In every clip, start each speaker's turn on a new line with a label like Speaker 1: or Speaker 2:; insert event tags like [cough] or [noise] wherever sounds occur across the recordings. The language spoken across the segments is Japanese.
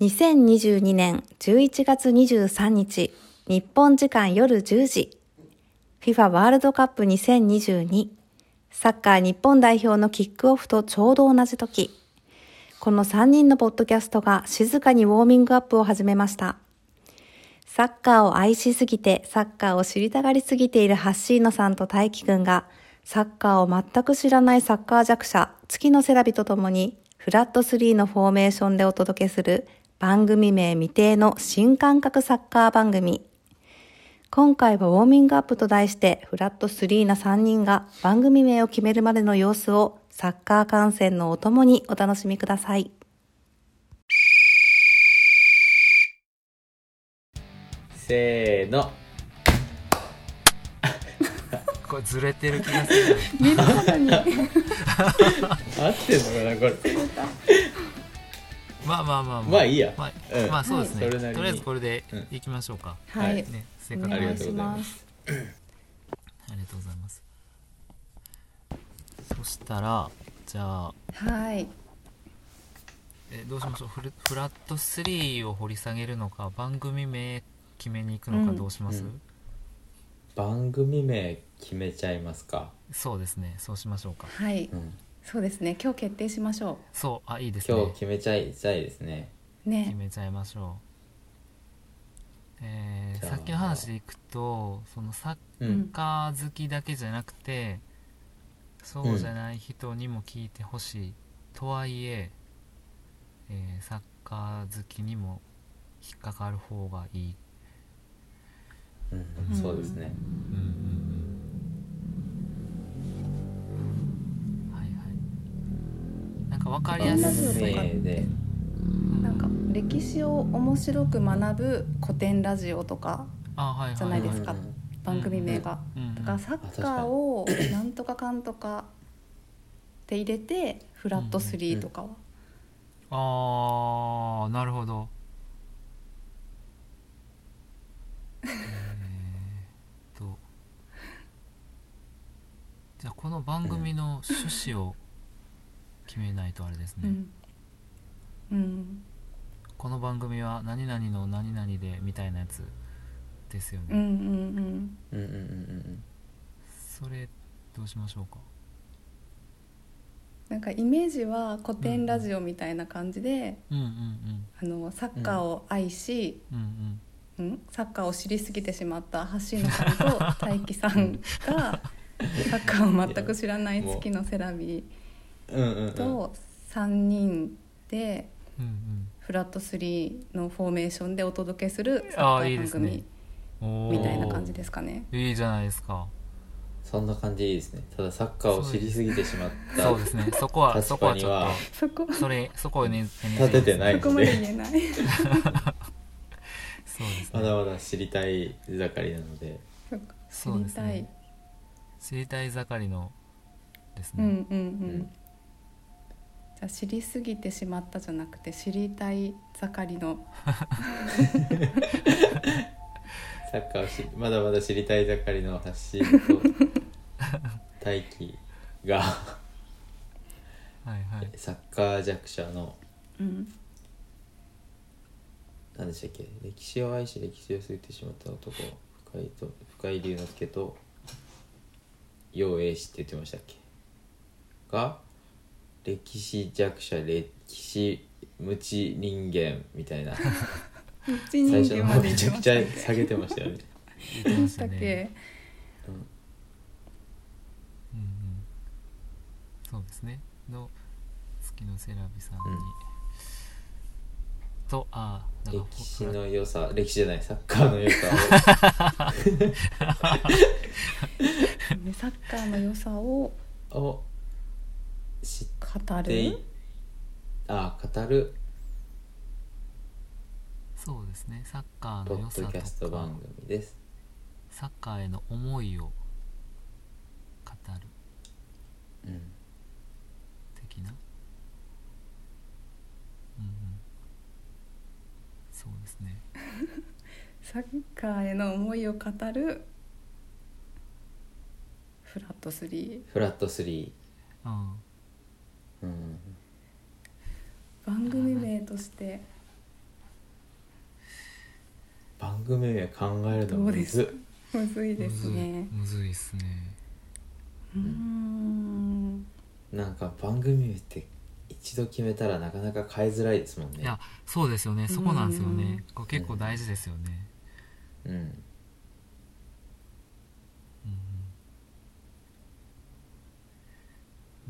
Speaker 1: 2022年11月23日、日本時間夜10時、FIFA ワールドカップ2022、サッカー日本代表のキックオフとちょうど同じ時、この3人のポッドキャストが静かにウォーミングアップを始めました。サッカーを愛しすぎて、サッカーを知りたがりすぎているハッシーノさんと大輝くんが、サッカーを全く知らないサッカー弱者、月のセラビとともに、フラット3のフォーメーションでお届けする、番組名未定の新感覚サッカー番組。今回はウォーミングアップと題して、フラット3な3人が番組名を決めるまでの様子を、サッカー観戦のお供にお楽しみください。
Speaker 2: せーの
Speaker 3: これずれてる気がする
Speaker 2: 合ってんのかなこれ
Speaker 3: まあまあまあまあ
Speaker 2: まあいいや
Speaker 3: まあ、
Speaker 2: うん
Speaker 3: まあそうですね、
Speaker 2: はいそれなりに
Speaker 3: とりあえずこれでいきましょうか、
Speaker 2: はいはい
Speaker 3: ねせっ
Speaker 1: お。
Speaker 3: かくあり
Speaker 2: 願
Speaker 3: が
Speaker 2: い
Speaker 3: とう
Speaker 2: します
Speaker 3: ございますそしたらじゃあ
Speaker 4: はい。
Speaker 3: えどうしましょうフルフラット3を掘り下げるのか番組名決めに行くのかどうします、
Speaker 2: うんうん番組名決めちゃいますか、
Speaker 3: そうですねそうしましょうか
Speaker 4: はい。
Speaker 2: うん、
Speaker 4: そうですね。今日決定しましょ
Speaker 3: そうあいいですね
Speaker 2: 今日決めちゃいたいですね
Speaker 4: う。
Speaker 3: 決
Speaker 4: ね。
Speaker 3: めちゃいましょう、え
Speaker 2: じ
Speaker 3: ー、
Speaker 2: ゃあ
Speaker 3: さっきの話でいくとそのサッ
Speaker 2: う
Speaker 4: うんん
Speaker 3: サッカー好きだけじゃなくてそうじゃない人にも聞いてほしい、とはいええーサッカー好きにも引っかかる方がいい、
Speaker 2: うん
Speaker 4: うん
Speaker 2: そうですね
Speaker 3: うんうんうん、はいはいなんか分かり
Speaker 2: 番組
Speaker 3: やすい、
Speaker 2: 名で
Speaker 3: うん
Speaker 4: なんか歴史を面白く学ぶ古典ラジオとか
Speaker 3: あ、はいはいはい、
Speaker 4: じゃないですか
Speaker 2: うん
Speaker 4: 番組名が。
Speaker 3: うんうん
Speaker 4: だからサッカーをなんとかかんとかって入れてフラット3とかは。
Speaker 3: あーなるほどえーっとじゃあこの番組の趣旨を決めないとあれですね、
Speaker 4: うん。うん。
Speaker 3: この番組は何々の何々でみたいなやつですよね、
Speaker 4: うんうん
Speaker 2: うんうんうんうん
Speaker 3: それどうしましょうか
Speaker 4: なんかイメージは古典ラジオみたいな感じで、
Speaker 3: うんうんうん
Speaker 4: あのサッカーを愛し、
Speaker 3: うんうん
Speaker 4: んサッカーを知りすぎてしまった橋野さんと
Speaker 3: [laughs]
Speaker 4: 大輝さんがサッカーを全く知らない月のセラビ
Speaker 2: うんうんうんうん
Speaker 4: と3人で
Speaker 3: うんうん
Speaker 4: フラット3のフォーメーションでお届けする
Speaker 3: あ
Speaker 4: サッカ
Speaker 3: ーいいで
Speaker 4: ー番
Speaker 3: すね
Speaker 4: 組
Speaker 3: おー
Speaker 4: みたいな感じですかね。
Speaker 3: いいじゃないですか
Speaker 2: そんな感じでいいですねただサッカーを知りすぎてしまった
Speaker 3: そうですねそこは
Speaker 2: 立
Speaker 3: そこ
Speaker 2: 場
Speaker 3: は
Speaker 2: に
Speaker 3: ちょっ
Speaker 2: は
Speaker 3: と
Speaker 4: そこ
Speaker 3: それそこをね NG
Speaker 2: 立ててない
Speaker 4: そこ
Speaker 2: の
Speaker 4: まで
Speaker 2: で
Speaker 4: 言えない。 [laughs]
Speaker 3: そうです
Speaker 2: ま
Speaker 3: ね
Speaker 2: だまだ知りたい盛りなので
Speaker 4: そっか知
Speaker 3: そう
Speaker 4: り
Speaker 3: です
Speaker 4: たい。
Speaker 3: ね知りたい盛りのです
Speaker 4: う
Speaker 3: ね、
Speaker 4: んうんうん。
Speaker 2: ん
Speaker 4: じゃあ知りすぎてしまったじゃなくて知りたい盛りの
Speaker 2: サッカーをしまだまだ知りたい盛りの発信と大輝が
Speaker 3: はいはい
Speaker 2: サッカー弱者の
Speaker 4: うん
Speaker 2: 何でしたっけ歴史を愛し歴史を過ぎてしまった男深井と深井龍之介と楊栄氏って言ってましたっけが歴史弱者歴史無知人間みたいな
Speaker 4: 一
Speaker 2: 最初
Speaker 4: 人
Speaker 2: の
Speaker 4: 間
Speaker 2: 方
Speaker 4: まで
Speaker 2: めちゃ
Speaker 4: 言っ
Speaker 2: くち
Speaker 4: て
Speaker 2: ゃ下げてましたよね
Speaker 3: 言ってま
Speaker 4: ま
Speaker 3: し
Speaker 4: したたっ
Speaker 3: ね
Speaker 4: け。
Speaker 2: うん
Speaker 3: うんうん、そうですねの月のセラビさんに、
Speaker 2: うん
Speaker 3: とああだから
Speaker 2: 歴史
Speaker 3: ほ
Speaker 2: の良さ歴史じゃないサッカーの良さ
Speaker 4: ねサッカーの良さを
Speaker 2: をを知っ
Speaker 4: 語
Speaker 2: てい
Speaker 4: る。
Speaker 2: あ語る
Speaker 3: そうですねサッカー
Speaker 2: ポ
Speaker 3: の良
Speaker 2: ッドキャス
Speaker 3: さ
Speaker 2: ト
Speaker 3: とか
Speaker 2: 番組です
Speaker 3: サッカーへの思いを語る
Speaker 2: うん
Speaker 3: 的なうんうんそうですね
Speaker 4: サッカーへの思いを語る。フラット3
Speaker 2: フラット3
Speaker 3: うん
Speaker 2: うん
Speaker 4: 番組名として
Speaker 2: 番組名考えるの
Speaker 4: ど
Speaker 2: む
Speaker 4: うです
Speaker 2: ず
Speaker 4: むずいですね
Speaker 3: むずいむずいっすね
Speaker 4: うーん
Speaker 2: なんか番組名って一度決めたらなかなか変えづらいですもん
Speaker 3: い
Speaker 2: ね
Speaker 3: やそうですよねそこなんですよ
Speaker 4: うん
Speaker 3: ねこれ結構大事ですよね、
Speaker 2: うん
Speaker 3: うんうんう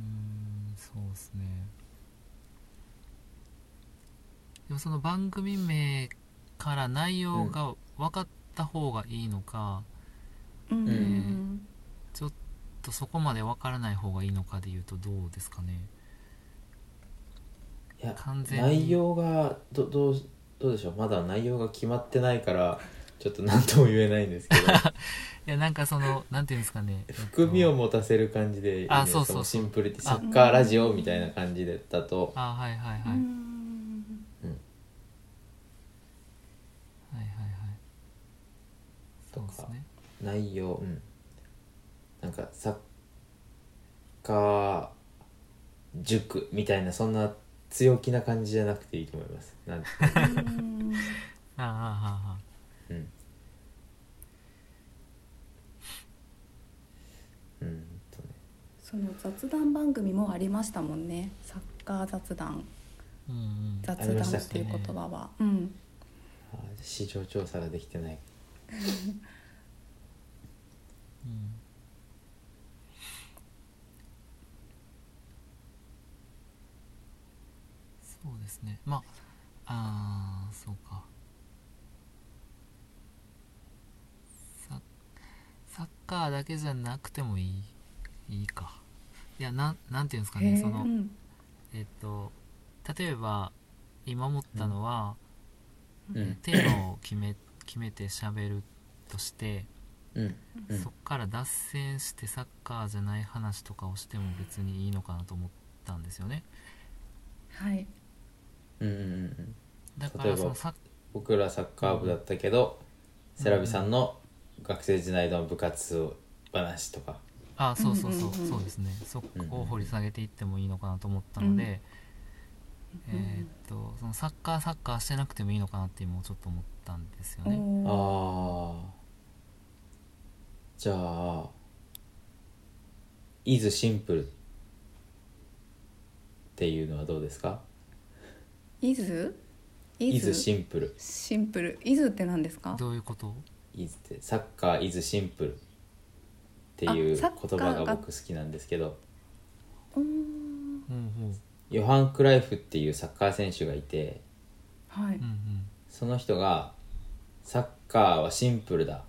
Speaker 3: ーんそうですねでもその番組名から内容が分かった方がいいのか、
Speaker 4: うん
Speaker 2: ん
Speaker 3: ちょっとそこまで分からない方がいいのかでいうとどうですかね
Speaker 2: いや
Speaker 3: 完全に
Speaker 2: 内容がどどうどうでしょうまだ内容が決まってないからちょっと何とも言えないんです
Speaker 3: [laughs]
Speaker 2: けど
Speaker 3: いやなんかそのなんていうんですかねえっと
Speaker 2: [laughs] 含みを持たせる感じでいいね
Speaker 3: あそうそうそう
Speaker 2: シンプルでサッカーラジオみたいな感じでだと
Speaker 3: あはいはいはい、
Speaker 4: う
Speaker 3: はい
Speaker 4: ん
Speaker 3: はいはいそ
Speaker 2: と
Speaker 3: う
Speaker 2: か
Speaker 3: ですね
Speaker 2: 内容うんなんかサッカー塾みたいなそんな強気な感じじゃなくていいと思いますなん
Speaker 4: うん
Speaker 3: ああああああ
Speaker 2: うんうんとね
Speaker 4: その雑談番組もありましたもんねサッカー雑談
Speaker 3: うんうん
Speaker 4: 雑
Speaker 2: あり
Speaker 4: 談
Speaker 2: ました
Speaker 4: っていう言葉は、うん
Speaker 2: あー市場調査ができてない
Speaker 3: うんそうですねまああーそうかササッカーだけじゃなくてもいいいいかいやなんなんていうんですか
Speaker 4: へ
Speaker 3: ね
Speaker 4: ー
Speaker 3: その
Speaker 4: うん
Speaker 3: えっと例えば今思ったのは、
Speaker 2: うん
Speaker 3: テーマを決め決めて喋るとして、
Speaker 2: うんうん
Speaker 3: そっから脱線してサッカーじゃない話とかをしても別にいいのかなと思ったんですよね
Speaker 4: はい
Speaker 2: うんうんうんうん
Speaker 3: だか
Speaker 2: 例え
Speaker 3: ら
Speaker 2: ば
Speaker 3: そのサッ
Speaker 2: 僕らサッカー部だったけど、セラビさんの学生時代の部活話とか
Speaker 3: あそうそうそう,、
Speaker 4: うんうんうん
Speaker 3: そうですねそこを掘り下げていってもいいのかなと思ったので、
Speaker 4: うんうん
Speaker 3: えーっとそのサッカーサッカーしてなくてもいいのかなって今ちょっと思ったんですよ
Speaker 4: お
Speaker 2: あ
Speaker 3: ね
Speaker 4: ー
Speaker 2: ーじゃあ「イズシンプル」っていうのはどうですか
Speaker 4: イズ
Speaker 2: 「イ
Speaker 4: イ
Speaker 2: ズ
Speaker 4: ズ
Speaker 2: シンプル
Speaker 4: シンプルイズって何ですか
Speaker 3: どういうこと」
Speaker 2: 「イズ」ってサッカー「イズシンプル」っていう
Speaker 4: あ
Speaker 2: 言
Speaker 4: サッカーが
Speaker 2: 葉が僕好きなんですけど
Speaker 4: うーん
Speaker 3: うんうん
Speaker 2: ヨハン・クライフっていうサッカー選手がいて
Speaker 4: はい
Speaker 3: うんうん
Speaker 2: その人が「サッカーはシンプルだ」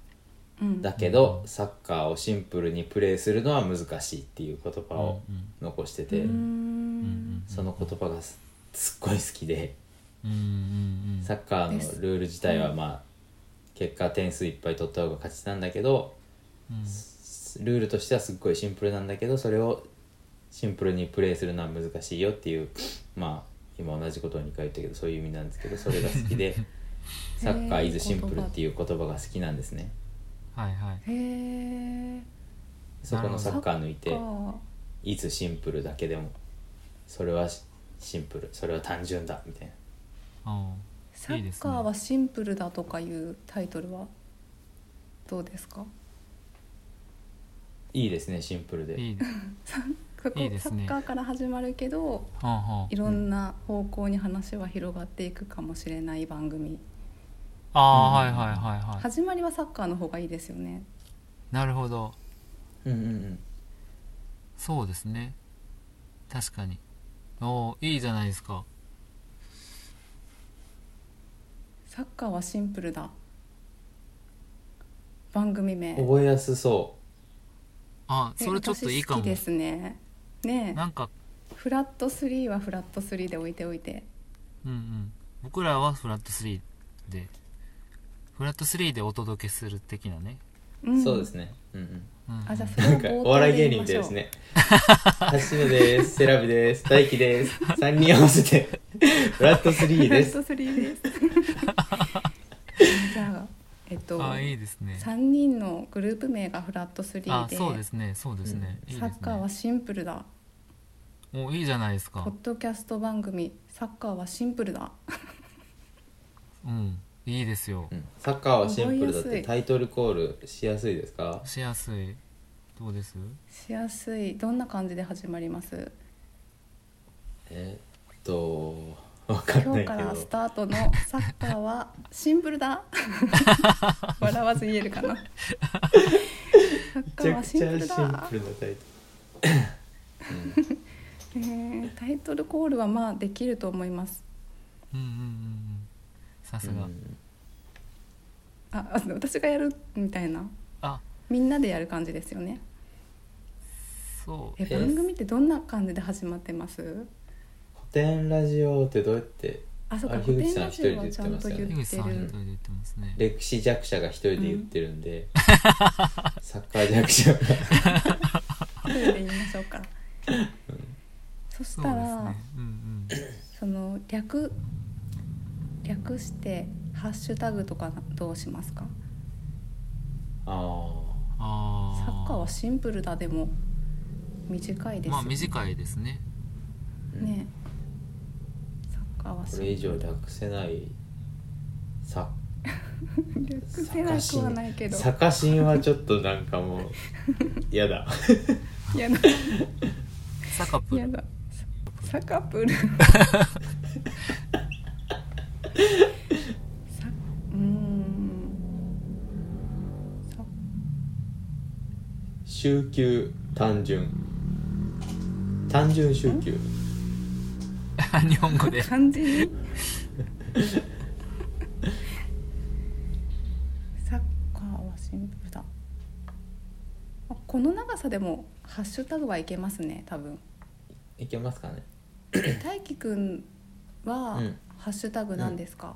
Speaker 4: うん
Speaker 2: だけど、サッカーをシンプルにプレーするのは難しいっていう言葉を
Speaker 3: うんうん
Speaker 2: 残して
Speaker 4: う
Speaker 2: て、
Speaker 4: ー
Speaker 3: うんうんん
Speaker 2: その言葉がすすっごい好きで、
Speaker 3: うんうんうん
Speaker 2: サッカーのルール自体はまあ、結果点数いっぱい取った方が勝ちなんだけど
Speaker 3: うん
Speaker 2: ルールとしてはすっごいシンプルなんだけどそれをシンプルにプレーするのは難しいよっていうまあ今同じことを2回言ったけどそういう意味なんですけどそれが好き [laughs] でサッカーイズシンプルっていう言葉が好きなんですね。
Speaker 3: はいはい
Speaker 4: へえ
Speaker 2: そこのサッカー抜いて。
Speaker 4: か
Speaker 2: いつシンプルだけでもそれはシシンプルそれは単純だみたいな
Speaker 3: あ
Speaker 4: サ
Speaker 3: いいで
Speaker 4: ッ
Speaker 3: すね
Speaker 4: カーはシンプルだとかいうタイトルはどうですか
Speaker 2: いいですねシンプル
Speaker 3: あ
Speaker 2: で
Speaker 4: [laughs]
Speaker 3: いいは
Speaker 4: そこ
Speaker 3: いいですね
Speaker 4: サッカーから始まるけど
Speaker 3: あはあ
Speaker 4: いろんな方向に話は広がっていくかもしれない番組
Speaker 3: あー、はいはいはいはい
Speaker 4: 始まりはサッカーの方がいいですよね
Speaker 3: なるほど
Speaker 2: うんうんうん
Speaker 3: そうですね確かにおーいいじゃないですか
Speaker 4: サッカーはシンプルだ番組名
Speaker 2: 覚えやすそ
Speaker 3: あ
Speaker 4: え
Speaker 3: それちょっといいか
Speaker 4: 私
Speaker 3: も
Speaker 4: 好きですねねえ
Speaker 3: なんか
Speaker 4: フラット3はフラット3で置いておいて
Speaker 3: うんうん僕らはフラット3でフラット3でお届けする的なね、
Speaker 4: う
Speaker 2: う、
Speaker 4: ん
Speaker 2: そうですねうん
Speaker 4: [laughs]
Speaker 2: うん
Speaker 3: うんうん
Speaker 4: あじゃあそれ
Speaker 2: な
Speaker 4: を
Speaker 2: んか
Speaker 4: 冒
Speaker 2: お
Speaker 4: 頭
Speaker 2: 笑い芸
Speaker 4: で言い
Speaker 2: 人
Speaker 4: ま
Speaker 2: み
Speaker 4: し
Speaker 2: い
Speaker 4: たょ
Speaker 2: で
Speaker 4: う
Speaker 2: すね橋野ですセラビです大輝
Speaker 4: [laughs]
Speaker 2: です3人合わせてフラット3
Speaker 4: フラ
Speaker 2: で
Speaker 4: ッ
Speaker 2: す
Speaker 4: ト3です [laughs] じゃあえっと
Speaker 3: あいいですね
Speaker 4: 三人のグループ名がフラット3
Speaker 3: あ
Speaker 4: で
Speaker 3: そうですねそうですね、いいですね
Speaker 4: サッカーはシンプルだ
Speaker 3: おいいじゃないです
Speaker 4: ポ
Speaker 3: か
Speaker 4: ッドキャスト番組サッカーはシンプルだ
Speaker 3: うんいいいですよ
Speaker 2: うんサッカーはシンプルだっ
Speaker 4: 覚えや
Speaker 2: て
Speaker 4: すい
Speaker 2: タイトルコールしやすいですか
Speaker 3: しやすいどうです
Speaker 4: しやすいどんな感じで始まります
Speaker 2: えーっとわかん
Speaker 4: 今
Speaker 2: な
Speaker 4: 日
Speaker 2: いけ
Speaker 4: からス
Speaker 2: ど
Speaker 4: タートのサッカーはシンプル
Speaker 3: [laughs]
Speaker 4: だ笑わず言える
Speaker 2: [laughs]
Speaker 4: かなサッカー
Speaker 2: めちゃ
Speaker 4: は
Speaker 2: く
Speaker 4: シン
Speaker 2: ち
Speaker 4: プ
Speaker 2: ゃシン
Speaker 4: ルだ
Speaker 2: プルなタイト
Speaker 4: えータイトルコールはまあできると思います
Speaker 3: うんうんうんうんさす
Speaker 2: ル、う
Speaker 3: が、
Speaker 2: ん、
Speaker 4: ああ私がやるみたいな
Speaker 3: あ
Speaker 4: みんなでやる感じですよね
Speaker 3: そう
Speaker 4: え
Speaker 2: え
Speaker 4: 番組ってどんな感じで始まってます
Speaker 2: 古典ラジオってどうやって
Speaker 4: あそうか
Speaker 2: あれ
Speaker 4: 古
Speaker 2: 樋口
Speaker 4: 典
Speaker 2: さん
Speaker 4: ラジオはちゃんと
Speaker 2: 一人で言ってますよね
Speaker 4: 言
Speaker 3: 樋口
Speaker 4: って
Speaker 3: さん一人で
Speaker 4: る
Speaker 3: 言ってますね
Speaker 2: 歴史弱者が一人で言ってるん
Speaker 4: [laughs]
Speaker 2: で、サッカー弱者が
Speaker 4: 一人で言いまし
Speaker 2: [laughs]
Speaker 4: ょうかそし
Speaker 3: そう
Speaker 4: た
Speaker 3: です
Speaker 4: ら
Speaker 3: ねうん
Speaker 4: その略略してハッシュタグとかどうしますか
Speaker 2: あ
Speaker 3: うんあ
Speaker 4: サ
Speaker 3: あ
Speaker 4: ッカーはシンプルだでも短いです
Speaker 3: ま
Speaker 4: よ
Speaker 3: あ短いですね
Speaker 2: あ、うん
Speaker 4: ねサッカーはシ
Speaker 2: こ
Speaker 4: ンプ
Speaker 2: れ
Speaker 4: ル
Speaker 2: 以上略せないサ
Speaker 4: 略せなくはないけど
Speaker 2: サカシンはちょっとなんかもう
Speaker 4: [laughs]
Speaker 2: 嫌だ
Speaker 4: やだ
Speaker 3: サカプ
Speaker 4: や
Speaker 3: ル
Speaker 4: だサカプルさうーんさ
Speaker 2: 週休単純単純週休
Speaker 3: [laughs] 日本語で
Speaker 4: 漢字にサッカーはシンプルだあこの長さでもハッシュタグはいけますね多分
Speaker 2: いけますかね
Speaker 4: え大輝くんは、
Speaker 2: うん
Speaker 4: ハッシュタグなんですか、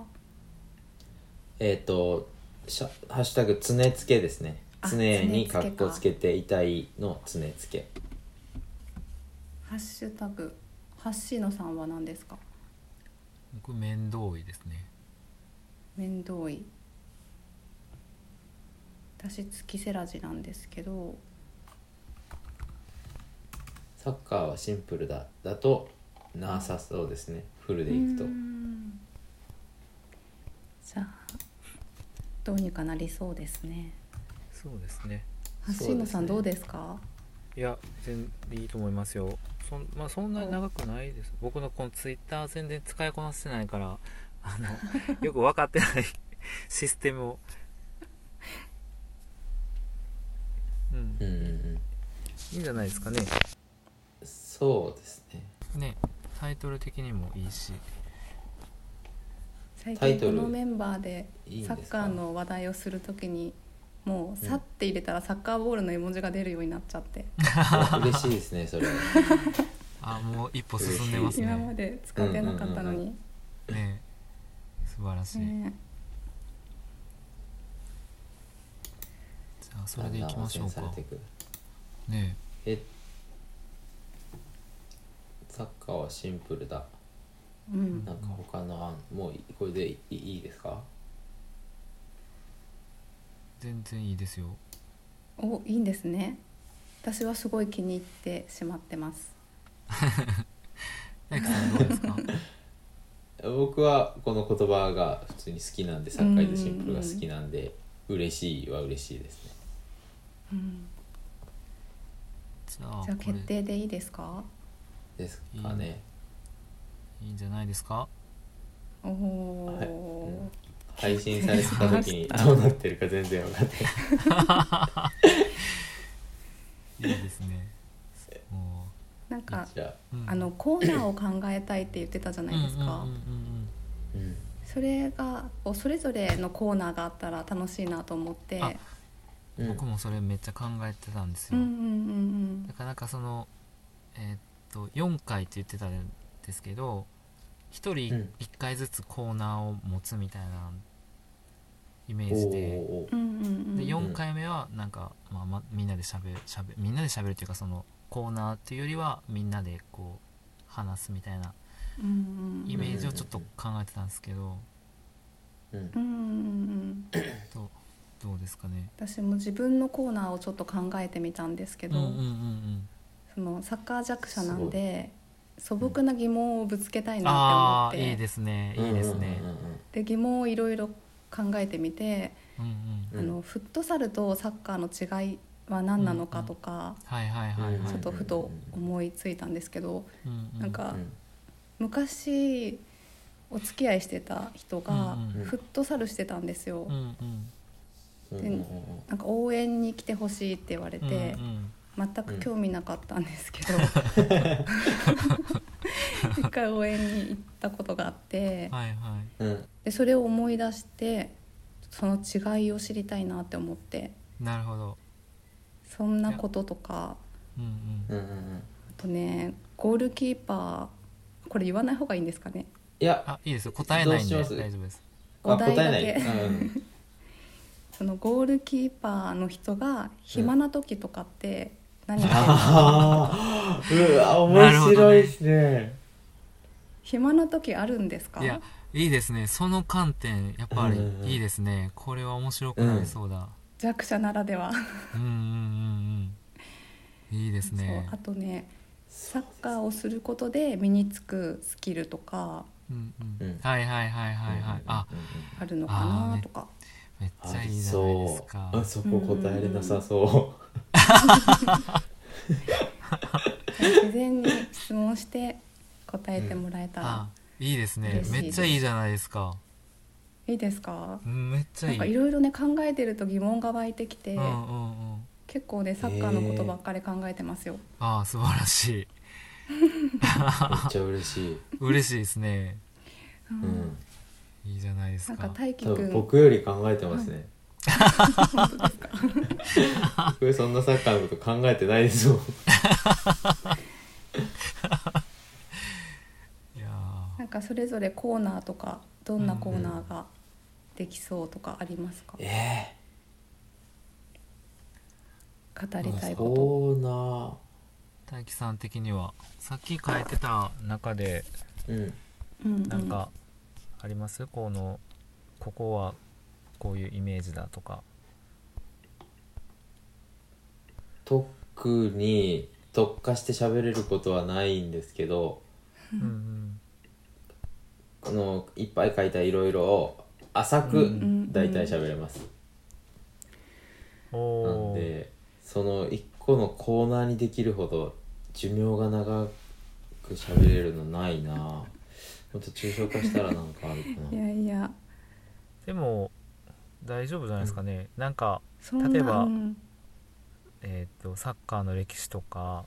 Speaker 2: えっ、としゃハッシュタグ常つけですね
Speaker 4: あ
Speaker 2: 常に
Speaker 4: 常つけ
Speaker 2: 格
Speaker 4: か
Speaker 2: 好つけて痛いの常つけ
Speaker 4: ハッシュタグハッシーノさんは何ですか
Speaker 3: 僕面倒いですね
Speaker 4: 面倒い私月セラジなんですけど
Speaker 2: サッカーはシンプルだだとなさそうですねフルでいくと
Speaker 4: うーんじゃあどうにかなりそうですね
Speaker 3: そうですね
Speaker 4: ハッシーノさんど
Speaker 2: そううで
Speaker 4: ですか
Speaker 3: いや全然いいと思いますよそん,、まあ、そんなに長くないです僕のこのツイッター全然使いこなせないからあ
Speaker 4: [laughs]
Speaker 3: のよく分かってないシステムをうん
Speaker 2: うんうんうん
Speaker 3: いいんじゃないですかね
Speaker 2: そうですね
Speaker 3: ねタイトル的にもいいし
Speaker 4: 最
Speaker 2: タイ
Speaker 4: 近
Speaker 2: ト
Speaker 4: こ
Speaker 2: ル
Speaker 4: のメンバーで
Speaker 2: いいんです
Speaker 4: サ
Speaker 2: か
Speaker 4: ッカーの話題をするときにもう「さ」って入れたらサッカーボールの絵文字が出るようになっちゃって、
Speaker 2: あ嬉しいですねそれ
Speaker 3: あもう一歩進んでます
Speaker 4: 今ま
Speaker 3: ね
Speaker 4: で使ってなかったのに、
Speaker 2: うんうん
Speaker 3: ね素晴らしい、
Speaker 4: ね
Speaker 3: じゃあそれでいきましょう
Speaker 2: だんだん汚染
Speaker 3: か
Speaker 2: されてく
Speaker 3: ね
Speaker 2: えサッカーはシンプルだ
Speaker 4: うん
Speaker 2: なんか他の案もういこれでいいいいですか
Speaker 3: 全然いいで
Speaker 2: [laughs]
Speaker 3: すよ
Speaker 4: おいいんですね私はすごい気に入ってしまってます
Speaker 3: 大樹さんどうですか
Speaker 2: 僕はこの言葉が普通に好きなんでサッカーでシンプルが好きなんで嬉しいは嬉しいですね
Speaker 4: うん
Speaker 3: じゃあ
Speaker 4: じゃあ
Speaker 3: こ
Speaker 4: 決
Speaker 3: れ
Speaker 4: 定でいいですか
Speaker 2: ですかね
Speaker 3: いいんじゃないですか
Speaker 4: お
Speaker 2: はい
Speaker 4: お
Speaker 2: うん配信された時にどうなってるか全然分かってない
Speaker 3: いいですねもう
Speaker 4: なんか
Speaker 2: じゃあ、
Speaker 3: うん
Speaker 4: あのコーナーを考えたいって言ってたじゃないですか
Speaker 3: うんうん
Speaker 2: う
Speaker 3: うん
Speaker 2: ん、
Speaker 4: それがこうそれぞれのコーナーがあったら楽しいなと思って
Speaker 3: あ
Speaker 2: う
Speaker 3: うん
Speaker 2: ん
Speaker 3: 僕もそれめっちゃ考えてたんです
Speaker 4: う
Speaker 3: よ、
Speaker 4: んうんうん
Speaker 3: だからなんかそのえーっと4回って言ってたんですけど1人
Speaker 2: うん
Speaker 3: 1回ずつコーナーを持つみたいなイメ
Speaker 2: お
Speaker 3: ー
Speaker 2: ー
Speaker 3: ジ
Speaker 2: お
Speaker 3: で
Speaker 2: ーおー
Speaker 4: うんうんうん
Speaker 3: で
Speaker 4: うん
Speaker 3: 4回目はなんか、まあま、みんなでしゃべしゃべみんなでしゃべるっていうかそのコーナーっていうよりはみんなでこう話すみたいな
Speaker 4: うんうん
Speaker 3: イメージをちょっと考えてたんですけど、
Speaker 2: うん
Speaker 4: うんうんうんうん
Speaker 3: どうどうですかね
Speaker 4: 私も自分のコーナーをちょっと考えてみたんですけ
Speaker 3: うん
Speaker 4: ど、
Speaker 3: うんうんうん
Speaker 4: そのサッカー弱者なんで素朴な疑問をぶつけたいなって思
Speaker 3: あ
Speaker 4: っ
Speaker 3: あ
Speaker 4: て、
Speaker 3: いいですねいいですね、
Speaker 2: うんうんうんうん
Speaker 4: で疑問をいろいろ考考えてみて、
Speaker 3: うんうん
Speaker 2: うん
Speaker 4: あのフットサルとサッカーの違いは何なのかとか、
Speaker 3: はいはいはいはい
Speaker 4: ちょっとふと思いついたんですけど、
Speaker 3: うんうん
Speaker 4: なんか昔お付き合いしてた人が
Speaker 3: う
Speaker 2: う
Speaker 3: ん
Speaker 2: ん
Speaker 4: フットサルしてたんですよ。
Speaker 3: うんうん
Speaker 2: うん
Speaker 4: でなんか応援に来てほしいって言われ
Speaker 3: うん
Speaker 4: て、
Speaker 3: うん
Speaker 4: 全く興味なかったんですけど、 [laughs] 一回応援に行ったことがあって
Speaker 3: はいはい
Speaker 2: うんうん
Speaker 4: でそれを思い出してその違いを知りたいなって思って
Speaker 3: なるほど
Speaker 4: そんなこととか
Speaker 3: うんうん
Speaker 2: うんうんうん
Speaker 4: あとねゴールキーパーこれ言わない方がいいんですかね
Speaker 2: いや
Speaker 3: あいいですよ答えないんで
Speaker 2: ど
Speaker 3: 大
Speaker 2: うします
Speaker 3: 丈夫です
Speaker 2: あ
Speaker 4: お題だ
Speaker 2: 答
Speaker 4: け
Speaker 2: えない [laughs] うん
Speaker 4: そのゴールキーパーの人が暇な時とかって何してる
Speaker 2: あーうわ
Speaker 3: なるほ
Speaker 2: 面白
Speaker 3: どね
Speaker 2: いですね
Speaker 4: 暇な時あるんですか
Speaker 3: いやいいですねその観点やっぱり
Speaker 2: うんうん
Speaker 3: いいですねこれは面白くなりそうだ
Speaker 4: 弱者ならでは、
Speaker 3: うんうんうんうんいいですね
Speaker 4: そうあとねサッカーをすることで身につくスキルとか
Speaker 3: うん
Speaker 2: う
Speaker 3: う
Speaker 2: ん
Speaker 3: んはいはいはいはいはいあ
Speaker 2: うんうんうん
Speaker 4: あるのかなとか、
Speaker 3: めっち
Speaker 2: あ
Speaker 3: ゃいい
Speaker 2: り
Speaker 3: じゃないです
Speaker 2: そ
Speaker 3: か
Speaker 2: うあそこ答えれなさそ
Speaker 4: 自然に質問して答えてもらえたら
Speaker 3: あいいですね
Speaker 4: 嬉しいです
Speaker 3: めっちゃいいじゃないですか
Speaker 4: いいですか、
Speaker 3: うんめっちゃ
Speaker 4: ないん
Speaker 3: い
Speaker 4: かいろいろね考えてると疑問が湧いてきて、
Speaker 3: うんうんうん
Speaker 4: 結構ねサッカーのことばっかり考えてますよ、
Speaker 3: ああ素晴らしいう
Speaker 2: めっちゃ嬉しい
Speaker 3: 嬉しいですね
Speaker 4: う
Speaker 2: うんん
Speaker 3: いいじゃないです
Speaker 4: なん
Speaker 3: か
Speaker 4: か大輝
Speaker 2: 多
Speaker 4: く
Speaker 2: 分
Speaker 4: ん
Speaker 2: 僕より考えてます [laughs] ね僕そんなサッカーのこと考えてないですもん
Speaker 3: いやー
Speaker 4: なんかそれぞれコーナーとかどんなコーナーができそうとかありますか、
Speaker 2: え
Speaker 4: 語りたいこ
Speaker 2: そうな
Speaker 3: 大輝さん的にはさっき書いてた中で
Speaker 2: うん
Speaker 4: と、うう
Speaker 3: なんかあります、このここはこういうイメージだとか
Speaker 2: 特に特化して喋れることはないんですけど
Speaker 3: うんうん
Speaker 2: このいっぱい書いたいろいろを浅
Speaker 3: う
Speaker 2: く
Speaker 4: ん
Speaker 2: 大体喋れます、
Speaker 3: お
Speaker 2: なん
Speaker 3: おー
Speaker 2: でその一個のコーナーにできるほど寿命が長く喋れるのないなもっと抽象化したらなんかあるか
Speaker 4: い
Speaker 2: な
Speaker 4: やいや
Speaker 3: でも大丈夫じゃないですかね、なんか
Speaker 4: そんな
Speaker 3: 例えば
Speaker 4: うん
Speaker 3: えーっとサッカーの歴史とか、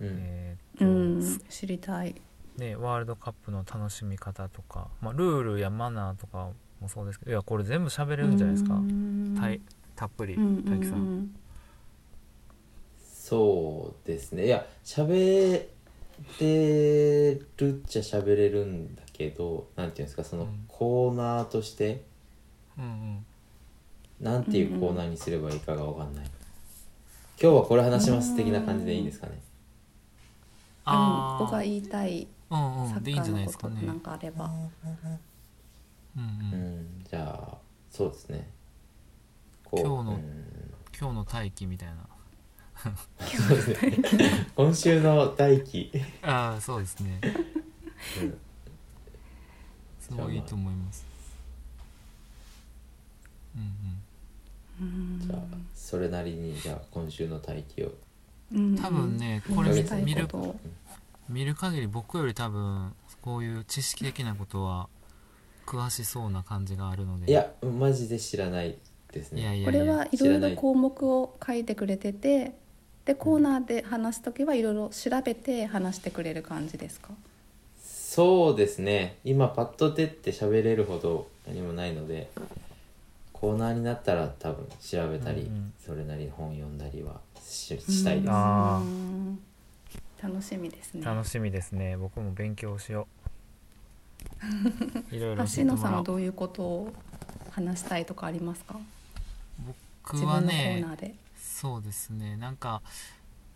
Speaker 2: うん
Speaker 3: えーっ
Speaker 4: う
Speaker 3: と
Speaker 4: ん、知りたい
Speaker 3: ね、ワールドカップの楽しみ方とか、まあ、ルールやマナーとかもそうですけどいやこれ全部喋れるんじゃないですか、たいたっぷり
Speaker 4: う
Speaker 3: 大
Speaker 4: んうんう
Speaker 3: 輝さん、
Speaker 4: ん
Speaker 2: そうですねいや喋れるっちゃ喋れるんだけどなんていうんですかその
Speaker 3: うん
Speaker 2: コーナーとして
Speaker 3: うんうん
Speaker 2: なんていうコーナーにすればいいかがわかんない、今日はこれ話します的な感じでいいんですかね
Speaker 4: あの僕が
Speaker 3: い
Speaker 4: 言いたい
Speaker 3: うん
Speaker 4: サ
Speaker 3: うんでい
Speaker 4: ッ
Speaker 3: い
Speaker 4: カ
Speaker 3: んじ
Speaker 4: ー
Speaker 3: ゃない
Speaker 4: の
Speaker 3: です
Speaker 4: こと
Speaker 3: かね
Speaker 4: なんかあれば、
Speaker 3: うん
Speaker 2: う
Speaker 3: うん、
Speaker 2: んじゃあそうですねこう
Speaker 3: 今日の
Speaker 2: うん
Speaker 3: 今日の大輝みたいな
Speaker 2: そうですね。今週の大輝。
Speaker 3: ああそうですね
Speaker 2: うん
Speaker 3: すごいいいと思いますうん
Speaker 4: うん
Speaker 2: じゃあ、それなりに、じゃあ、今週の大輝を。
Speaker 4: うん
Speaker 3: うん多分ね
Speaker 4: うん
Speaker 3: これ
Speaker 2: うん
Speaker 4: 話
Speaker 3: 見
Speaker 4: したい
Speaker 3: 見る
Speaker 4: こと
Speaker 3: 見る限り僕より多分こういう知識的なことは詳しそうな感じがあるので
Speaker 2: いや、マジで知らないです
Speaker 3: いや
Speaker 2: ね。
Speaker 3: いや
Speaker 4: こ
Speaker 3: いや
Speaker 4: れはいろいろ項目を書いてくれててでコーナーで話す時はいろいろ調べて話してくれる感じですか
Speaker 2: そうですね。今、パッと出て喋れるほど何もないので、コーナーになったら多分調べたり、
Speaker 3: うんうん
Speaker 2: それなりに本読んだりはししたいです。
Speaker 3: あー
Speaker 4: うん楽しみですね
Speaker 3: 楽しみですね僕も勉強しよ
Speaker 4: [laughs]
Speaker 3: ういろいろ教えて
Speaker 4: 橋野
Speaker 3: も
Speaker 4: さ
Speaker 3: ら
Speaker 4: ん
Speaker 3: お
Speaker 4: は
Speaker 3: う
Speaker 4: どういうことを話したいとかありますか自
Speaker 3: 僕は
Speaker 4: 分のコー
Speaker 3: ね
Speaker 4: ナーで
Speaker 3: そうですねなんか、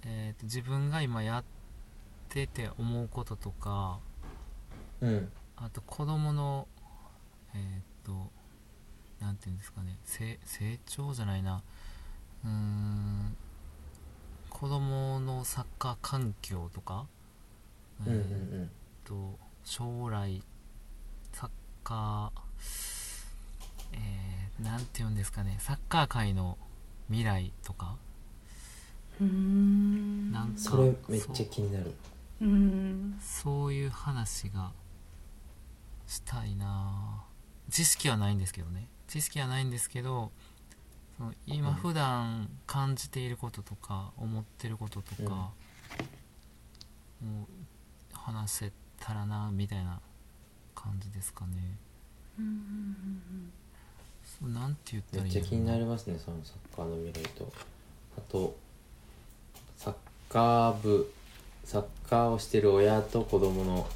Speaker 3: えーと自分が今やってて思うこととか
Speaker 2: うん。
Speaker 3: あと子供のえっ、となんていうんですかね成成長じゃないなうーん子供のサッカー環境とか、
Speaker 2: うんうんう
Speaker 3: えー
Speaker 2: ん。
Speaker 3: えっと将来サッカーなんて言うんですかねサッカー界の未来とか
Speaker 4: うーん
Speaker 3: なんか
Speaker 2: それめっち
Speaker 3: そ
Speaker 2: ゃ
Speaker 3: う
Speaker 2: 気になる
Speaker 4: うん
Speaker 3: そういう話がしたいなぁ知識はないんですけどね知識はないんですけどその今
Speaker 2: うん
Speaker 3: 普段感じていることとか思ってることとか、もう話せたらなみたいな感じですかねそうなんて言った
Speaker 2: め
Speaker 3: ら
Speaker 2: っ
Speaker 3: いい
Speaker 2: ちゃ気にな
Speaker 3: る
Speaker 2: りますねそのサッカーの未来とあとサッカー部サッカーをしてる親と子供の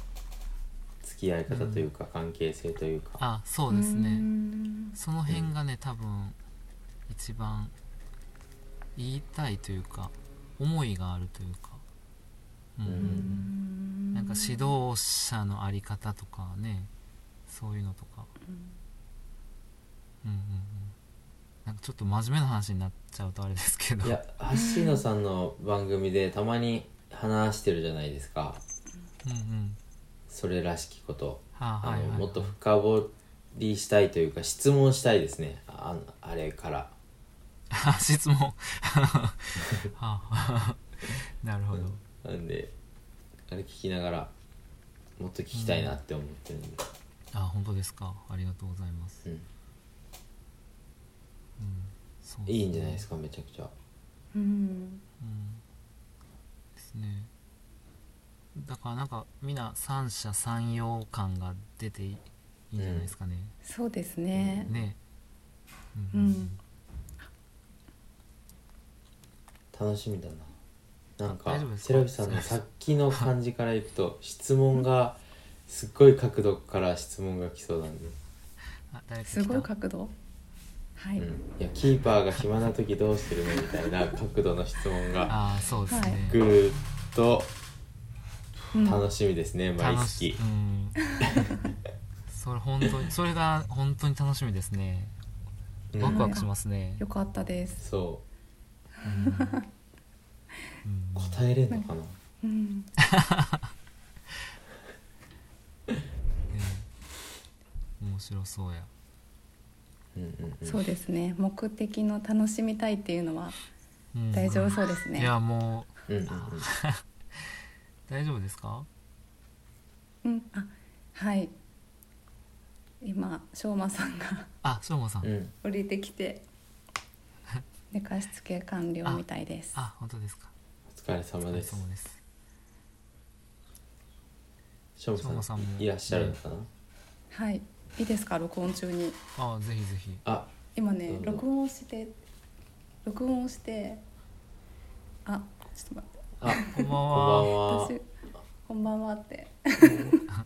Speaker 2: 付き合い方というか、関係性というか
Speaker 3: あそうですね、
Speaker 4: ん
Speaker 3: その辺がね多分一番言いたいというか思いがあるというか、うんうんうんなんか指導者のあり方とかねそういうのとか、うんうんうん、なんかちょっと真面目な話になっちゃうとあれですけど
Speaker 2: いや橋野さんの番組でたまに話してるじゃないですか
Speaker 3: うんうん
Speaker 2: それらしきこと
Speaker 3: はあ
Speaker 2: あ
Speaker 3: はい
Speaker 2: の
Speaker 3: はい
Speaker 2: もっと深掘りしたいというか質問したいですねああれから
Speaker 3: あ
Speaker 2: [laughs]
Speaker 3: 質問はあはあなるほど、
Speaker 2: なんであれ聞きながらもっと聞きたいなって思ってるんで、
Speaker 3: あ本当ですかありがとうございます、
Speaker 2: うん
Speaker 3: そう
Speaker 2: いいんじゃないですかめちゃくちゃ
Speaker 4: うん
Speaker 3: うんですねだからなんかみんな三者三様感が出ていいいいんじゃないですかね、
Speaker 4: そうですね
Speaker 3: ね
Speaker 4: うん
Speaker 2: 楽しみだななんか
Speaker 3: 大丈夫ですか
Speaker 2: セラビさんのさっきの感じからいくと質問がすっごい角度から質問が来そうなんで、
Speaker 3: あ誰か来た
Speaker 4: すごい角度は
Speaker 2: う
Speaker 4: い、
Speaker 2: ん、いやキーパーが暇な時どうしてるのみたいな角度の質問が
Speaker 3: ああそうです
Speaker 4: は
Speaker 3: ね、
Speaker 2: 来ると
Speaker 4: うん
Speaker 2: 楽しみですね、毎
Speaker 3: 楽し
Speaker 2: 月
Speaker 3: うん [laughs] それ本当にそれが本当に楽しみですね
Speaker 2: うん
Speaker 3: ワクワクしますね、
Speaker 4: よかったです、
Speaker 2: そ
Speaker 3: うん
Speaker 2: う答えれんのかな
Speaker 4: うん、
Speaker 3: ね面白そうや
Speaker 2: うんうんうん
Speaker 4: そうですね目的の楽しみたいっていうのは
Speaker 3: うん
Speaker 4: 大丈夫そうですね
Speaker 3: いやも
Speaker 2: うんうんうん
Speaker 3: う大丈夫ですか
Speaker 4: うん、あはい今しょうまさんが [laughs]
Speaker 3: あしょうまさん、
Speaker 2: うん
Speaker 4: 降りてきて寝かしつけ完了みたいです
Speaker 3: あ本当ですか
Speaker 2: お疲れ様です
Speaker 3: そうです
Speaker 2: しょう
Speaker 3: しょう
Speaker 2: も
Speaker 3: ま
Speaker 2: さ
Speaker 3: さ
Speaker 2: ん
Speaker 3: んも
Speaker 2: いらっしゃるのかな、
Speaker 4: はいいいですか録音中に
Speaker 3: ああぜひぜひ
Speaker 2: あ
Speaker 4: 今ね
Speaker 2: どうぞ
Speaker 4: 録音をして録音をしてあちょっと待って
Speaker 2: あ
Speaker 3: こんば
Speaker 2: こ
Speaker 3: ん
Speaker 2: んばん
Speaker 3: は
Speaker 2: は
Speaker 4: 私こんばんはって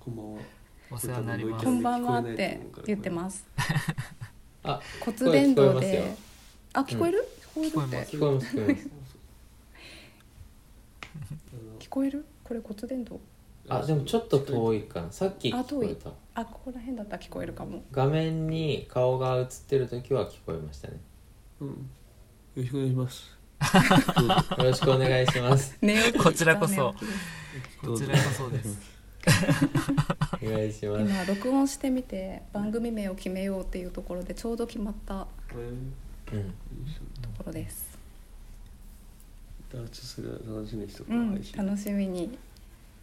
Speaker 5: こんばんは。
Speaker 3: お世話になりま
Speaker 5: い
Speaker 3: す
Speaker 5: や
Speaker 4: こんばんはっ
Speaker 5: 聞こえない
Speaker 4: て
Speaker 5: と思うから
Speaker 4: 言ってます [laughs]
Speaker 2: あ
Speaker 4: 骨伝導
Speaker 2: 聞こえます
Speaker 4: で
Speaker 2: よ
Speaker 4: あ聞こえる、聞こえ
Speaker 3: 聞こえ
Speaker 4: る
Speaker 3: ま
Speaker 4: っ
Speaker 3: す
Speaker 4: て
Speaker 2: 聞こえます聞こえます
Speaker 4: 聞こえるこれ骨伝導
Speaker 2: あでもちょっと遠
Speaker 5: い。
Speaker 2: いかなさっき聞
Speaker 4: あ
Speaker 2: こ
Speaker 4: 遠い
Speaker 2: えた
Speaker 4: あここら辺だったら聞こえるかも
Speaker 2: 画面に顔が映ってる時は聞こえましたね
Speaker 5: うん。よろしくお願いし
Speaker 2: [laughs]
Speaker 5: ます。
Speaker 2: よろしくお願いします
Speaker 4: [laughs] 寝起き
Speaker 3: こちらこそ
Speaker 4: 寝起きです
Speaker 5: ど
Speaker 3: こ
Speaker 5: うぞ
Speaker 3: ちらこそです
Speaker 2: お願いします
Speaker 4: 今録音してみて番組名を決めようっていうところでちょうど決まった
Speaker 5: えー
Speaker 2: うん
Speaker 4: ところです。
Speaker 5: ダンスする楽しみにしてお
Speaker 4: う
Speaker 5: こうん配、信
Speaker 4: 楽しみに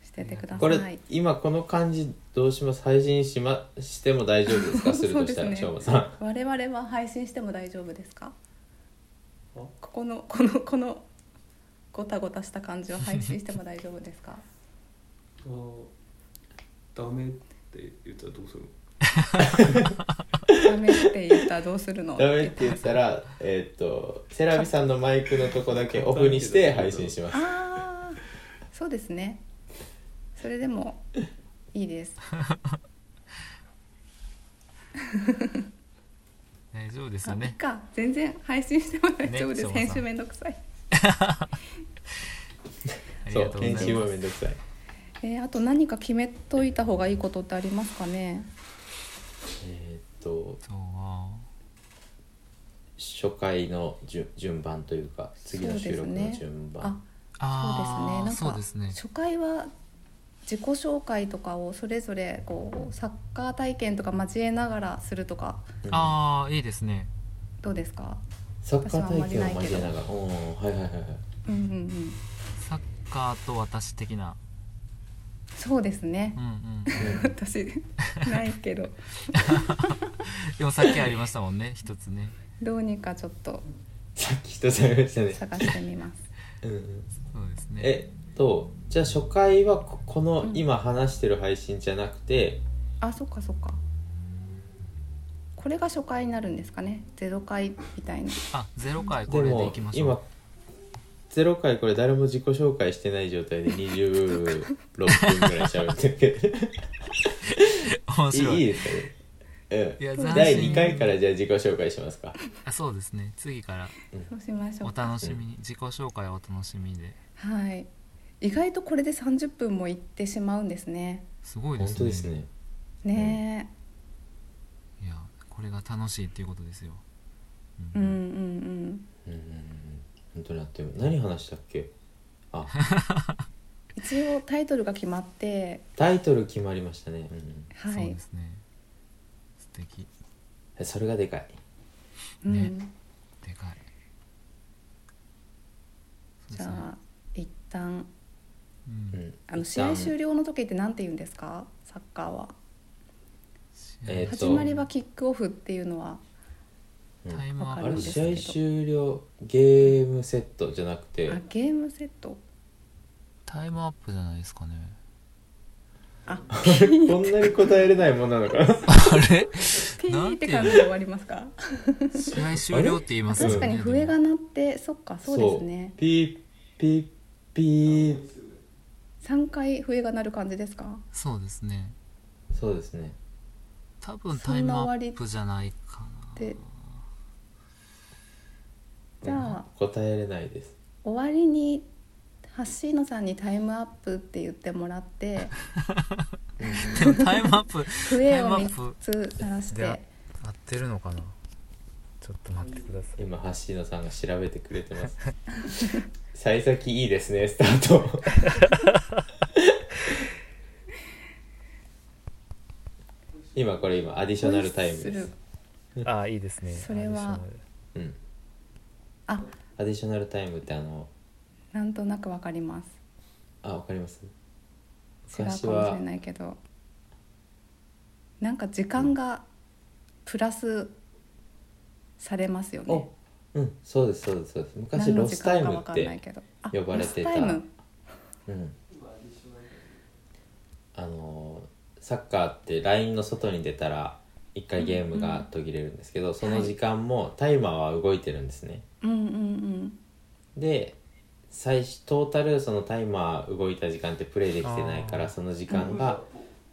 Speaker 4: しててください。
Speaker 2: これ、今この感じどうします配信しましても大丈夫ですかするとした
Speaker 4: そう
Speaker 2: ら
Speaker 4: ですね
Speaker 2: しょうまさん
Speaker 4: 我々は配信しても大丈夫ですか？
Speaker 5: あ
Speaker 4: ここのこのこのごたごたした感じは配信しても大丈夫ですか？
Speaker 5: あダメって言ったらどうするの
Speaker 4: ダメって言ったらどうするの？
Speaker 2: ダメって言ったらえーっとセラビさんのマイクのとこだけオフにして配信します
Speaker 4: ああ、そうですね。それでもいいです。
Speaker 3: 大丈夫です
Speaker 4: あ
Speaker 3: よ
Speaker 4: いい
Speaker 3: ね
Speaker 4: か全然配信しても大丈夫です。
Speaker 3: ね
Speaker 4: 編集めんどくさい。
Speaker 3: あり
Speaker 2: そ
Speaker 3: が
Speaker 2: う
Speaker 3: とうござい
Speaker 2: 編
Speaker 3: ます
Speaker 2: 集はめんどくさい
Speaker 4: えーあと何か決めといた方がいいことってありますかね。
Speaker 2: えーっと
Speaker 3: 今日は
Speaker 2: 初回の順順番というか次の収録の順
Speaker 4: あ
Speaker 2: 番、
Speaker 3: あ
Speaker 4: そうですね。
Speaker 3: ー
Speaker 4: なんか
Speaker 3: そうですね
Speaker 4: 初回は自己紹介とかをそれぞれこうサッカー体験とか交えながらするとか
Speaker 2: うん
Speaker 3: ああいいですね
Speaker 4: どうですか、
Speaker 2: サッカー体験を
Speaker 4: 私はあんまりないけ
Speaker 2: 交
Speaker 4: ど
Speaker 2: えながらおーはいはいはいはい
Speaker 4: うんうんうん、
Speaker 3: サッカーと私的な
Speaker 4: そうですね
Speaker 3: うん
Speaker 2: [laughs]
Speaker 3: うん
Speaker 4: 私ないけど
Speaker 3: でもさっきありましたもんね一つね
Speaker 4: どうにかちょっと
Speaker 2: さっき一つありましたね
Speaker 4: 探してみます
Speaker 2: うんうん
Speaker 3: そうですね
Speaker 2: えっとじゃあ初回はここ
Speaker 4: う
Speaker 2: の
Speaker 4: ん
Speaker 2: 今話してる配信じゃなくて、
Speaker 4: あそっかそっかこれが初回になるんですかねゼロ回みたいな
Speaker 3: あゼロ回
Speaker 2: で
Speaker 3: これでい
Speaker 2: も
Speaker 3: きましょう
Speaker 2: 今0回これ誰も自己紹介してない状態で26分ぐらい喋ってるけど
Speaker 3: 面白
Speaker 2: い
Speaker 3: い
Speaker 2: いですかね
Speaker 3: いや
Speaker 2: う
Speaker 3: 斬
Speaker 2: ん、
Speaker 3: 新
Speaker 2: 第2回からじゃあ自己紹介しますか
Speaker 3: あそうですね次から
Speaker 4: そうしましょ
Speaker 3: お
Speaker 4: うか
Speaker 3: 楽しみに自己紹介をお楽しみで
Speaker 4: はい意外とこれで30分もいってしまうんですね
Speaker 3: すごいで
Speaker 2: 本
Speaker 3: すね
Speaker 2: 当ですね
Speaker 4: ね
Speaker 3: いやこれが楽しいっていうことですよ、
Speaker 4: えうんうんうん
Speaker 2: うんうんうん本当にあって何話したっけ
Speaker 3: [laughs]
Speaker 2: あ
Speaker 4: 一応タイトルが決まって
Speaker 2: タイトル決まりましたね、うんうん
Speaker 4: は
Speaker 3: そう
Speaker 4: い
Speaker 3: ですね素敵
Speaker 2: え、それがでかい
Speaker 4: うん
Speaker 3: ねでかいそう
Speaker 4: じ
Speaker 3: です
Speaker 4: ゃ
Speaker 3: ね
Speaker 4: あ一旦
Speaker 3: うん
Speaker 2: うん
Speaker 4: あの
Speaker 2: 一
Speaker 4: 試合
Speaker 2: 旦
Speaker 4: 終了の時って何て言うんですかサッカーは、
Speaker 2: えっと
Speaker 4: 始まりはキックオフっていうのは
Speaker 2: うん
Speaker 3: タイムア
Speaker 4: あ
Speaker 2: あ
Speaker 3: ッ
Speaker 4: る
Speaker 2: れ
Speaker 4: んですけ
Speaker 2: 試合
Speaker 4: ど
Speaker 2: 終了ゲームセットじゃなくて
Speaker 4: あゲームセット
Speaker 3: タイムアップじゃないですかね [laughs]
Speaker 4: あ
Speaker 2: [laughs] こんなに答えれないもんなのかな
Speaker 3: あれ
Speaker 4: ピーって
Speaker 3: なん
Speaker 4: 感
Speaker 3: て
Speaker 4: じで終わりますか
Speaker 3: 試合終了って言いますよね
Speaker 4: 確かに笛が
Speaker 3: でも
Speaker 4: 鳴ってそっか [laughs] そうですね
Speaker 2: ピーピーピー
Speaker 4: 3回笛が鳴る感じですか
Speaker 3: そうですね
Speaker 2: そうですね
Speaker 3: 多分
Speaker 4: そ
Speaker 3: タイ
Speaker 4: ん
Speaker 3: ム
Speaker 4: な
Speaker 3: ア
Speaker 4: 終わり
Speaker 3: ップじゃないか
Speaker 4: でじゃあ
Speaker 2: 答えれないです
Speaker 4: 終わりに橋野さんにタイムアップって言ってもらって
Speaker 2: [laughs]
Speaker 3: なでもタイムアップ
Speaker 4: 笛を
Speaker 3: タイムアッ
Speaker 4: 3
Speaker 3: プ
Speaker 4: つ鳴らし
Speaker 3: であ
Speaker 4: て
Speaker 3: 合ってるのかなちょっと待ってください
Speaker 2: 今橋野さんが調べてくれてます [laughs] 幸先いいですねスタート [laughs] 今これ今アディショナルタイム
Speaker 4: ホイッ
Speaker 2: で
Speaker 4: ス
Speaker 2: す
Speaker 4: ル
Speaker 3: ああいいですね
Speaker 4: それは
Speaker 2: うん
Speaker 4: あ
Speaker 2: アディショナルタイムってあの
Speaker 4: なんとなくわかります
Speaker 2: あわかります
Speaker 4: 違うかもし
Speaker 2: 昔は
Speaker 4: れないけどなんか時間がプラスされますよ
Speaker 2: お
Speaker 4: ね
Speaker 2: うんそうですそうですそうです昔
Speaker 4: 何の
Speaker 2: ロ
Speaker 4: 時
Speaker 2: スタイ
Speaker 4: 間か
Speaker 2: ム
Speaker 4: わ
Speaker 2: っ
Speaker 4: かんない
Speaker 2: て
Speaker 4: けどあ
Speaker 2: 呼ばれてた
Speaker 4: ロスタイム
Speaker 2: うんあのーサッカーってラインの外に出たら一回ゲームが途切れるんですけど、その時間もタイマーは動いてるんですね、
Speaker 4: うんうんうん
Speaker 2: で最初トータルそのタイマー動いた時間ってプレイできてないか
Speaker 3: あ
Speaker 2: ら
Speaker 3: ー
Speaker 2: その時間が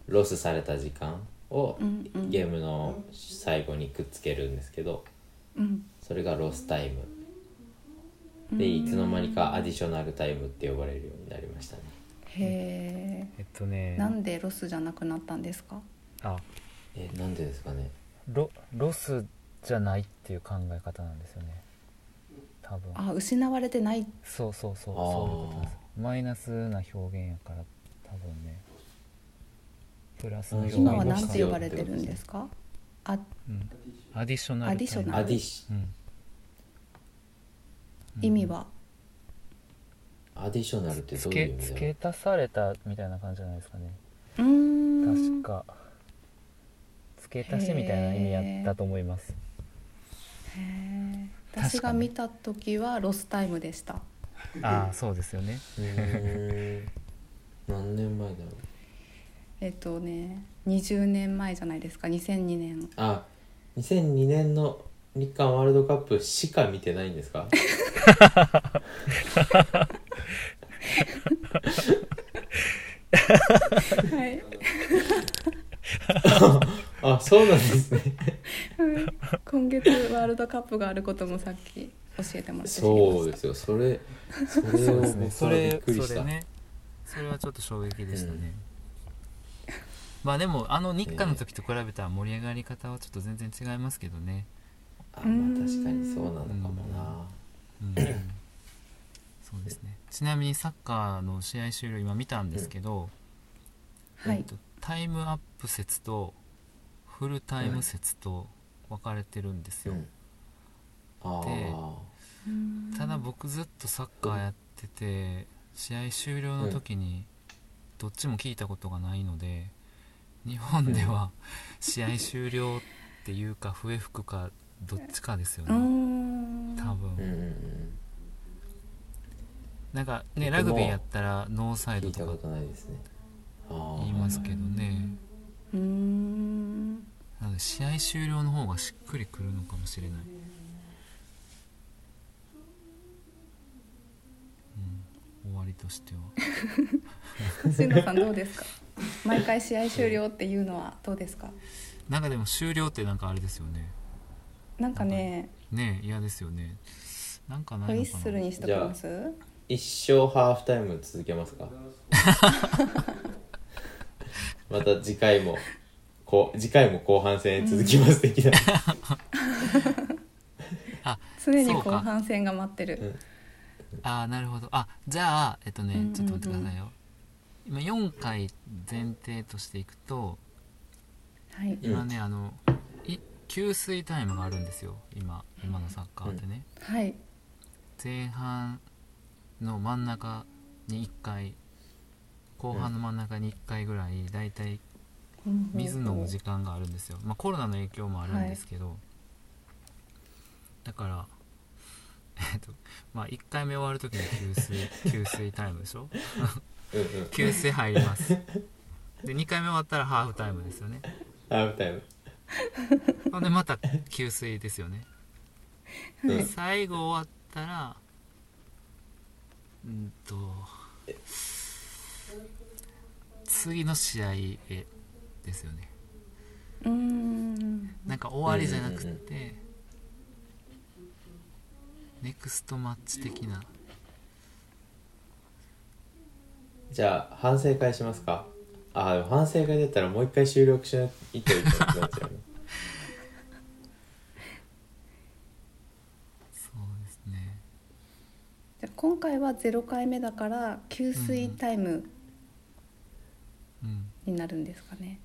Speaker 2: ロスされた時間を
Speaker 4: うんうん
Speaker 2: ゲームの最後にくっつけるんですけど
Speaker 4: うん
Speaker 2: それがロスタイムでいつの間にかアディショナルタイムって呼ばれるようになりましたね
Speaker 4: へ
Speaker 3: えっとね
Speaker 4: えなんでロスじゃなくなったんですか
Speaker 3: あ
Speaker 2: えなんでですかね
Speaker 3: ロロスじゃないっていう考え方なんですよね多分
Speaker 4: あ失われてない
Speaker 3: そうそうそう
Speaker 2: あー
Speaker 3: そういうことですマイナスな表現やから多分ねプラスの表現
Speaker 4: 今は
Speaker 2: な
Speaker 4: 何
Speaker 2: ん
Speaker 4: て呼ばれてるんですかあ
Speaker 3: うん、アディショナル
Speaker 4: アディショナ
Speaker 2: ア
Speaker 4: ル
Speaker 2: ディシ
Speaker 3: タイムうん
Speaker 4: 意味は
Speaker 2: アディショナルってど
Speaker 3: 付
Speaker 2: ういう
Speaker 3: け
Speaker 2: 意味だろ
Speaker 3: 付け足されたみたいな感じじゃないですかね
Speaker 4: うーん
Speaker 3: 確か付け足しみたいな意味やったと思います
Speaker 4: へえ
Speaker 3: 確かに
Speaker 4: 私が見た時はロスタイムでした
Speaker 3: ああそうですよね
Speaker 2: ううーん何年前だろう
Speaker 4: えっとね20年前じゃないですか2002年
Speaker 2: あ2002年の日韓ワールドカップしか見てないんです
Speaker 3: [laughs]
Speaker 2: か
Speaker 4: はい
Speaker 2: あそうなんですね
Speaker 4: 今月ワールドカップがあることもさっき教えてもらって
Speaker 2: そうですよそれそれを僕
Speaker 3: そ
Speaker 2: はびっ
Speaker 3: れ
Speaker 2: くりし
Speaker 3: そ
Speaker 2: た
Speaker 3: れねそれはちょっと衝撃でしたね、 [laughs] まあでもあの日韓の時と比べたら盛り上がり方はちょっと全然違いますけどね、
Speaker 2: あまあ確かにそうなのかもな [laughs]
Speaker 3: うん、そうですねちなみにサッカーの試合終了今見たんですけど、
Speaker 4: は
Speaker 2: え
Speaker 4: い
Speaker 2: っと
Speaker 3: タイムアップ説とフルタイム説と分かれてるんですよ、
Speaker 2: ああ
Speaker 3: ただ僕ずっとサッカーやってて試合終了の時にどっちも聞いたことがないので日本では試合終了っていうか笛吹くかどっちかですよ
Speaker 4: う
Speaker 3: ね
Speaker 4: ん
Speaker 3: 多
Speaker 2: うん
Speaker 3: 分
Speaker 2: うんうん
Speaker 3: なんか
Speaker 2: 僕も
Speaker 3: ねラグビーやったらノーサイ
Speaker 2: 聞
Speaker 3: ド
Speaker 2: いた
Speaker 3: と
Speaker 2: こ
Speaker 3: か
Speaker 2: とないですねああ
Speaker 3: 言いますけどね
Speaker 4: うーん
Speaker 3: なので試合終了の方がしっくりくるのかもしれない、うん、終わりとしては
Speaker 4: 星野さんどうですか毎回試合終了っていうのはどうですか
Speaker 3: なんかでも終了ってなんかあれですよね
Speaker 4: なんかね
Speaker 3: ねえ嫌ですよねなんかな
Speaker 4: ホイ
Speaker 3: いの
Speaker 4: ッ
Speaker 3: か
Speaker 4: ス
Speaker 3: な
Speaker 4: ルにしときます
Speaker 2: 一生ハーフタイム続けますかまた次回もこう次回も後半戦続きます的な、
Speaker 4: 常に後半戦が待ってる
Speaker 3: ああなるほどあじゃあえっとね、
Speaker 4: うんうんうん
Speaker 3: ちょっと待ってくださいよ今4回前提としていくと
Speaker 4: はい
Speaker 2: うん
Speaker 3: 今ね、あのい給水タイムがあるんですよ今今のサッカーってね、
Speaker 4: はい
Speaker 3: 前半の真ん中に1回後半の真ん中に1回ぐらいだいたい水飲む時間があるんですよ、まあ、コロナの影響もあるんですけど、だから、えっとまあ、1回目終わる時に給水 [laughs] 給水タイムでしょ
Speaker 2: うんうん、
Speaker 3: 給水入りますで2回目終わったらハーフタイムですよね
Speaker 2: ハーフタイム
Speaker 3: ほんでまた給水ですよね
Speaker 2: うん
Speaker 3: で最後終わったらうんと次の試合へですよね
Speaker 4: うーん
Speaker 3: なんか終わりじゃなくて、
Speaker 2: うん
Speaker 3: ネクストマッチ的な
Speaker 2: じゃあ反省会しますかああでも反省会だったらもう一回収録しないといけなくなっちゃ
Speaker 3: [laughs]
Speaker 2: うね
Speaker 3: そうですね
Speaker 4: じゃあ今回は0回目だから給水タイム
Speaker 3: うん
Speaker 4: になるんですかね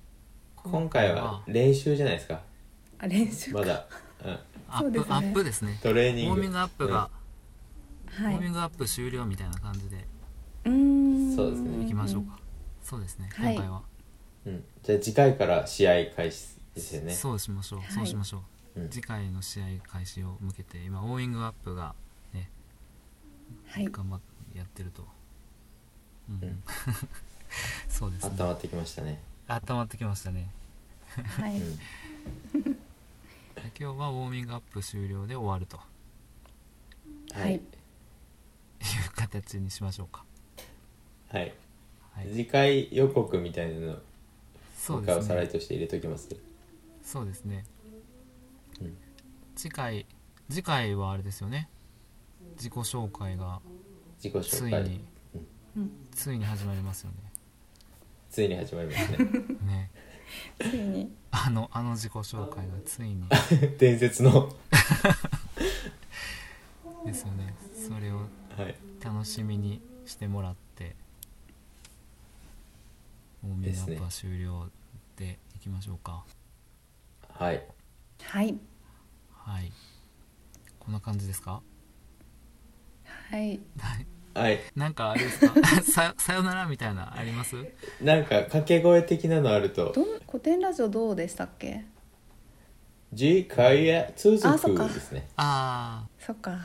Speaker 2: 今回は練習じゃないですか
Speaker 4: あ練習か
Speaker 2: まだ、うん、
Speaker 3: ア
Speaker 4: そう
Speaker 3: ップ、
Speaker 4: ですね
Speaker 3: アップですね
Speaker 2: トレー
Speaker 3: ウ
Speaker 2: ニ
Speaker 3: ォー
Speaker 2: ン
Speaker 3: ミン
Speaker 2: グ
Speaker 3: グアップが、
Speaker 4: は
Speaker 3: ウォーミ
Speaker 4: い
Speaker 3: ングアップ終了みたいな感じで
Speaker 4: うーん
Speaker 2: そうですね
Speaker 3: いきましょうか、そうですね、
Speaker 4: はい
Speaker 3: 今回は、
Speaker 2: うん、じゃあ次回から試合開始ですよね
Speaker 3: そうしましょう、
Speaker 4: はい
Speaker 3: そうしましょう、
Speaker 2: うん
Speaker 3: 次回の試合開始を向けて今ウォーミングアップが
Speaker 4: はい
Speaker 3: 頑張ってやってると、うん
Speaker 2: うん
Speaker 3: [laughs] そうです
Speaker 2: 温
Speaker 3: ね
Speaker 2: まってきましたね、
Speaker 3: 温まってきましたね
Speaker 4: は
Speaker 2: う
Speaker 4: い
Speaker 2: ん、
Speaker 3: で今日はウォーミングアップ終了で終わると
Speaker 4: は
Speaker 2: はいい、
Speaker 3: いう形にしましょうか
Speaker 2: はい、
Speaker 3: はい
Speaker 2: 次回予告みたいなの
Speaker 3: そ
Speaker 2: 今
Speaker 3: う
Speaker 2: 回
Speaker 3: で
Speaker 2: お
Speaker 3: す
Speaker 2: さらい
Speaker 3: ね
Speaker 2: として入れときます
Speaker 3: そうですね、
Speaker 2: うん
Speaker 3: 次回次回はあれですよね自己紹介が
Speaker 2: 自己
Speaker 3: つ
Speaker 2: 紹
Speaker 3: い
Speaker 2: 介
Speaker 3: についに始まりますよ
Speaker 2: ついに始まりますね [laughs]
Speaker 3: ねね
Speaker 4: ついに
Speaker 3: あのあの自己紹介がついに
Speaker 2: 伝説の
Speaker 3: ですよねそれを
Speaker 2: はい
Speaker 3: 楽しみにしてもらってもうミングアップは終了でいきましょうか、
Speaker 2: はい
Speaker 4: はい
Speaker 3: はいこんな感じですか
Speaker 4: はい
Speaker 2: はい
Speaker 3: なんかあれですか [laughs] ささよならみたいなあります
Speaker 2: なんか掛け声的なのあると
Speaker 4: どん古典ラジオどうでしたっけ
Speaker 2: 「次回へ続
Speaker 4: あそっか
Speaker 2: く」ですね
Speaker 3: ああ
Speaker 4: そっか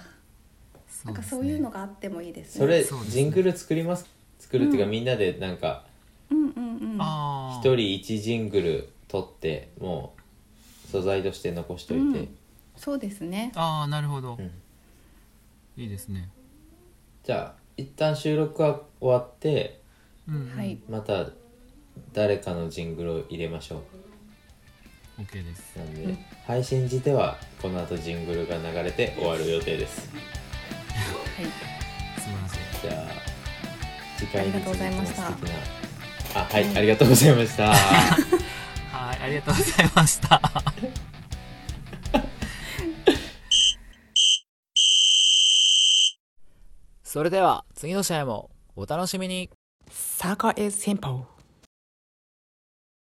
Speaker 3: そ
Speaker 4: な
Speaker 3: うんで
Speaker 4: か
Speaker 3: す
Speaker 4: そう
Speaker 3: ね
Speaker 4: いうのがあってもいいです
Speaker 2: そ
Speaker 4: ね
Speaker 2: れ
Speaker 3: そうですね
Speaker 2: ジングル作ります作るっていうか、みんなでなんか
Speaker 4: うんうんうん
Speaker 3: あ
Speaker 2: 一
Speaker 3: ー
Speaker 2: 人一ジングル取ってもう素材として残しといて、
Speaker 4: うんそうですね
Speaker 3: あーなるほ
Speaker 2: う
Speaker 3: ど、
Speaker 2: ん
Speaker 3: いいですね
Speaker 2: じゃあ一旦収録は終わって
Speaker 3: うんうん、
Speaker 4: はい
Speaker 2: また誰かのジングルを入れましょ
Speaker 3: OK です
Speaker 2: うなんで、配信時ではこの後ジングルが流れて終わる予定です
Speaker 4: はい
Speaker 3: 素晴らしい
Speaker 2: じゃあ次回に続きます的
Speaker 4: ありがとうござい
Speaker 2: なあはいありがとうございました
Speaker 3: はいありがとうございました [laughs]
Speaker 6: それでは次の試合もお楽しみに
Speaker 1: Soccer is simple.